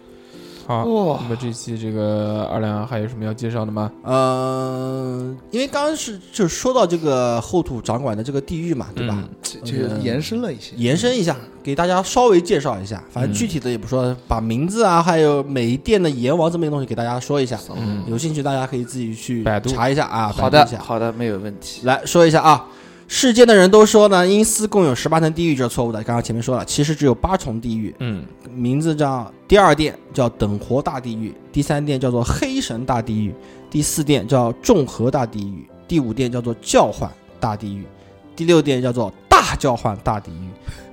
[SPEAKER 1] 好，
[SPEAKER 2] 哇
[SPEAKER 1] 那么这期这个二两还有什么要介绍的吗？
[SPEAKER 3] 嗯，因为刚刚是就说到这个后土掌管的这个地域嘛，对吧？
[SPEAKER 1] 嗯
[SPEAKER 2] 这就延伸了一些，
[SPEAKER 3] 延伸一下，给大家稍微介绍一下，
[SPEAKER 1] 嗯
[SPEAKER 3] 反正具体的也不说，把名字啊，还有每一店的阎王这么一个东西给大家说一下。
[SPEAKER 1] 嗯
[SPEAKER 3] 有兴趣大家可以自己去
[SPEAKER 1] 百度
[SPEAKER 3] 查一下啊，
[SPEAKER 2] 好
[SPEAKER 3] 百
[SPEAKER 2] 的
[SPEAKER 3] 度一，下。
[SPEAKER 2] 好的，没有问题。
[SPEAKER 3] 来说一下啊，世间的人都说呢，因思共有十八层地狱，这是错误的。刚刚前面说了，其实只有八重地狱，
[SPEAKER 1] 嗯，
[SPEAKER 3] 名字叫第二殿叫等活大地狱，第三殿叫做黑神大地狱，第四殿叫众和大地狱，第五殿叫做教唤大地狱，第六殿叫做大教唤大地狱，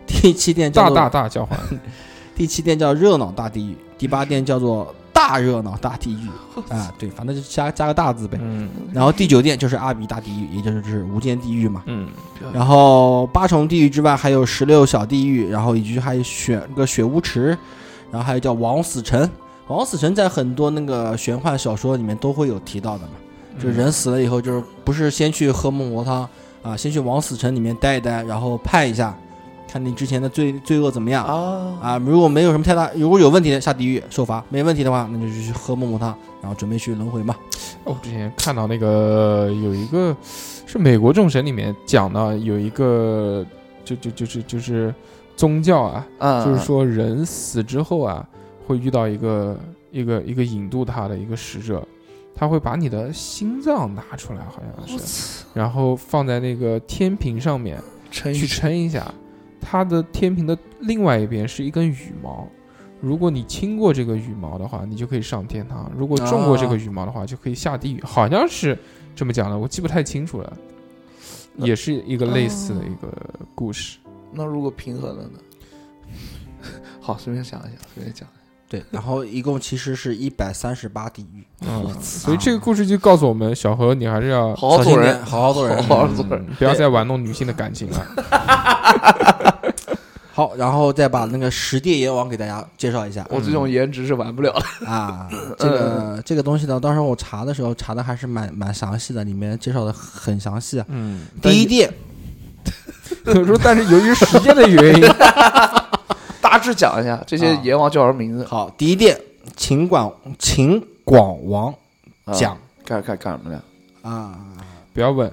[SPEAKER 3] 第七殿叫
[SPEAKER 1] 大
[SPEAKER 3] 做
[SPEAKER 1] 大大叫唤，
[SPEAKER 3] 第七殿叫热闹大地狱，第八殿叫做大热闹大地 狱啊，对，反正就加加个大字呗。
[SPEAKER 1] 嗯
[SPEAKER 3] 然后第九殿就是阿鼻大地狱，也就是就是无间地狱嘛。
[SPEAKER 1] 嗯，
[SPEAKER 3] 然后八重地狱之外还有十六小地狱，然后以及还有选个雪屋池，然后还有叫王死城。王死城在很多那个玄幻小说里面都会有提到的嘛，
[SPEAKER 1] 嗯
[SPEAKER 3] 就人死了以后，就是不是先去喝孟婆汤啊，先去王死城里面待一待，然后判一下，看你之前的罪罪恶怎么样
[SPEAKER 2] 啊，
[SPEAKER 3] 啊。如果没有什么太大，如果有问题的下地狱受罚，没问题的话，那就去喝孟婆汤，然后准备去轮回嘛。
[SPEAKER 1] 我哦之前看到那个有一个是美国众神里面讲的，有一个就就就是就是宗教啊，
[SPEAKER 2] 嗯，
[SPEAKER 1] 就是说人死之后啊，会遇到一个一个一个引渡他的一个使者，他会把你的心脏拿出来，好像
[SPEAKER 2] 我
[SPEAKER 1] 是，
[SPEAKER 2] 操，
[SPEAKER 1] 然后放在那个天平上面
[SPEAKER 2] 陈
[SPEAKER 1] 去
[SPEAKER 2] 宇
[SPEAKER 1] 称一下，它的天平的另外一边是一根羽毛。如果你亲过这个羽毛的话，你就可以上天堂；如果中过这
[SPEAKER 2] 哦
[SPEAKER 1] 个
[SPEAKER 3] 啊
[SPEAKER 1] 羽毛的话，就可以下地狱。好像是这么讲的，我记不太清楚了。
[SPEAKER 2] 那
[SPEAKER 1] 也是一个类似
[SPEAKER 2] 哦
[SPEAKER 1] 的一个故事。
[SPEAKER 2] 那如果平衡了呢？ 好，随便想一想，随便讲。
[SPEAKER 3] 对，然后一共其实是一百三十八地狱。
[SPEAKER 1] 嗯，所以这个故事就告诉我们，小何，你还是要
[SPEAKER 2] 啊好好
[SPEAKER 3] 小
[SPEAKER 2] 做
[SPEAKER 3] 心
[SPEAKER 2] 人
[SPEAKER 3] 点，好好做人。
[SPEAKER 2] 好好做人。
[SPEAKER 1] 嗯不要再玩弄女性的感情 了。
[SPEAKER 3] 好，然后再把那个十殿阎王给大家介绍一下
[SPEAKER 2] 我这呃种颜值是玩不了的。
[SPEAKER 3] 啊。这个这个东西呢，当时我查的时候查的还是蛮蛮详细的，里面介绍的很详细啊。
[SPEAKER 1] 嗯，
[SPEAKER 3] 第一殿，
[SPEAKER 1] 有时候，但是由于时间的原因，
[SPEAKER 2] 大致讲一下这些
[SPEAKER 3] 啊
[SPEAKER 2] 阎王叫什么名字？
[SPEAKER 3] 好，第一殿秦广秦广王
[SPEAKER 2] 啊
[SPEAKER 3] 讲
[SPEAKER 2] 干干干什么呢？
[SPEAKER 3] 啊。
[SPEAKER 1] 不要问，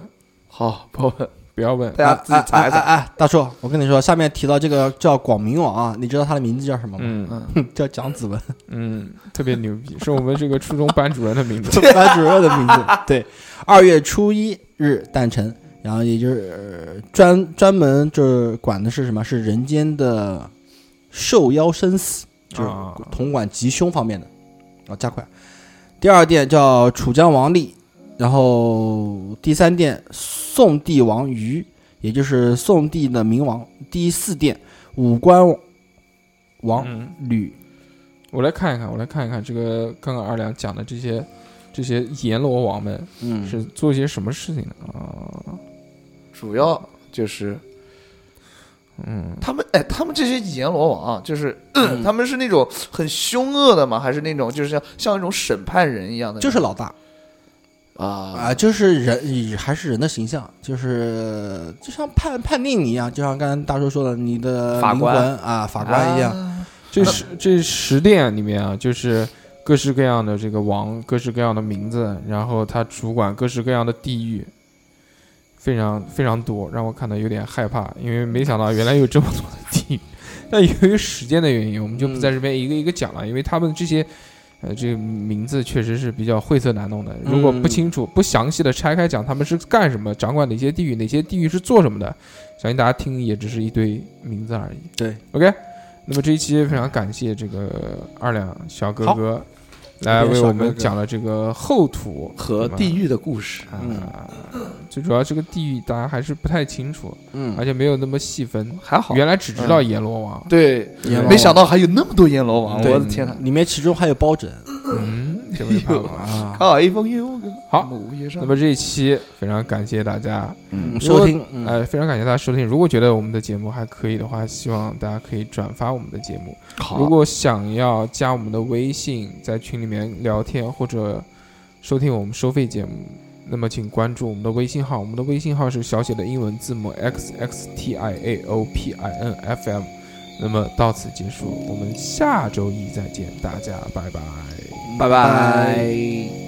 [SPEAKER 2] 好，不问，
[SPEAKER 1] 不要问。
[SPEAKER 2] 大家自己
[SPEAKER 3] 哎
[SPEAKER 2] 猜一
[SPEAKER 3] 哎
[SPEAKER 2] 猜。
[SPEAKER 3] 哎，大叔，我跟你说，下面提到这个叫广明王啊，你知道他的名字叫什么吗？
[SPEAKER 1] 嗯
[SPEAKER 3] 叫蒋子文，
[SPEAKER 1] 嗯，特别牛逼，是我们这个初中班主任的名 字。
[SPEAKER 3] 班主任的名字。对，二月初一日诞辰，然后也就是、呃专专门就是管的是什么？是人间的受妖生死，就是
[SPEAKER 1] 啊
[SPEAKER 3] 统管吉凶方面的。啊，加快。第二殿叫楚江王立，然后第三殿宋帝王于，也就是宋帝的明王。第四殿五官王
[SPEAKER 1] 嗯，
[SPEAKER 3] 吕，
[SPEAKER 1] 我来看一看，我来看一看这个刚刚二两讲的这些这些阎罗王们
[SPEAKER 3] 嗯
[SPEAKER 1] 是做些什么事情的啊？
[SPEAKER 2] 主要就是
[SPEAKER 1] 嗯，
[SPEAKER 2] 他们，哎，他们这些阎罗王啊，就是 他们是那种很凶恶的吗？还是那种就是像像一种审判人一样的？
[SPEAKER 3] 就是老大。啊、
[SPEAKER 2] 啊，
[SPEAKER 3] 就是人以还是人的形象，就是就像判判定你一样，就像刚才大叔说的，你的
[SPEAKER 2] 法
[SPEAKER 3] 灵
[SPEAKER 2] 官
[SPEAKER 3] 魂啊，法官一样。
[SPEAKER 2] 啊。
[SPEAKER 1] 这十这十殿里面啊，就是各式各样的这个王，各式各样的名字，然后他主管各式各样的地域，非常非常多，让我看到有点害怕，因为没想到原来有这么多的地域。 但由于时间的原因，我们就不在这边一个一个讲了，因为他们这些。呃，这个名字确实是比较晦涩难弄的。如果不清楚、不详细的拆开讲，他们是干什么，掌管哪些地域，哪些地域是做什么的，相信大家听也只是一堆名字而已。
[SPEAKER 3] 对
[SPEAKER 1] ，OK，那么这一期非常感谢这个二两小哥哥来为我们讲了这个后土
[SPEAKER 2] 和地狱的故事，
[SPEAKER 1] 啊
[SPEAKER 3] 嗯，
[SPEAKER 1] 最主要这个地域大家还是不太清楚，
[SPEAKER 3] 嗯
[SPEAKER 1] 而，且没有那么细分。
[SPEAKER 2] 还好。
[SPEAKER 1] 原来只知道啊阎罗王，
[SPEAKER 2] 对，
[SPEAKER 3] 阎罗
[SPEAKER 2] 没想到还有那么多阎罗王，
[SPEAKER 1] 对
[SPEAKER 2] 我的天哪！
[SPEAKER 3] 里面其中还有包拯
[SPEAKER 1] 嗯，这位朋友啊。
[SPEAKER 3] 啊。
[SPEAKER 2] 啊，一封幽歌，
[SPEAKER 1] 好
[SPEAKER 2] 母夜上
[SPEAKER 1] 那么这一期非常感谢大家，
[SPEAKER 3] 嗯，
[SPEAKER 1] 如果
[SPEAKER 3] 收听，嗯，
[SPEAKER 1] 呃，非常感谢大家收听。如果觉得我们的节目还可以的话，希望大家可以转发我们的节目。
[SPEAKER 2] 好
[SPEAKER 1] 如果想要加我们的微信，在群里面聊天或者收听我们收费节目，那么请关注我们的微信号，我们的微信号是小写的英文字母 x x t i a o p i n f m。那么到此结束，我们下周一再见，大家拜拜。
[SPEAKER 3] 拜拜。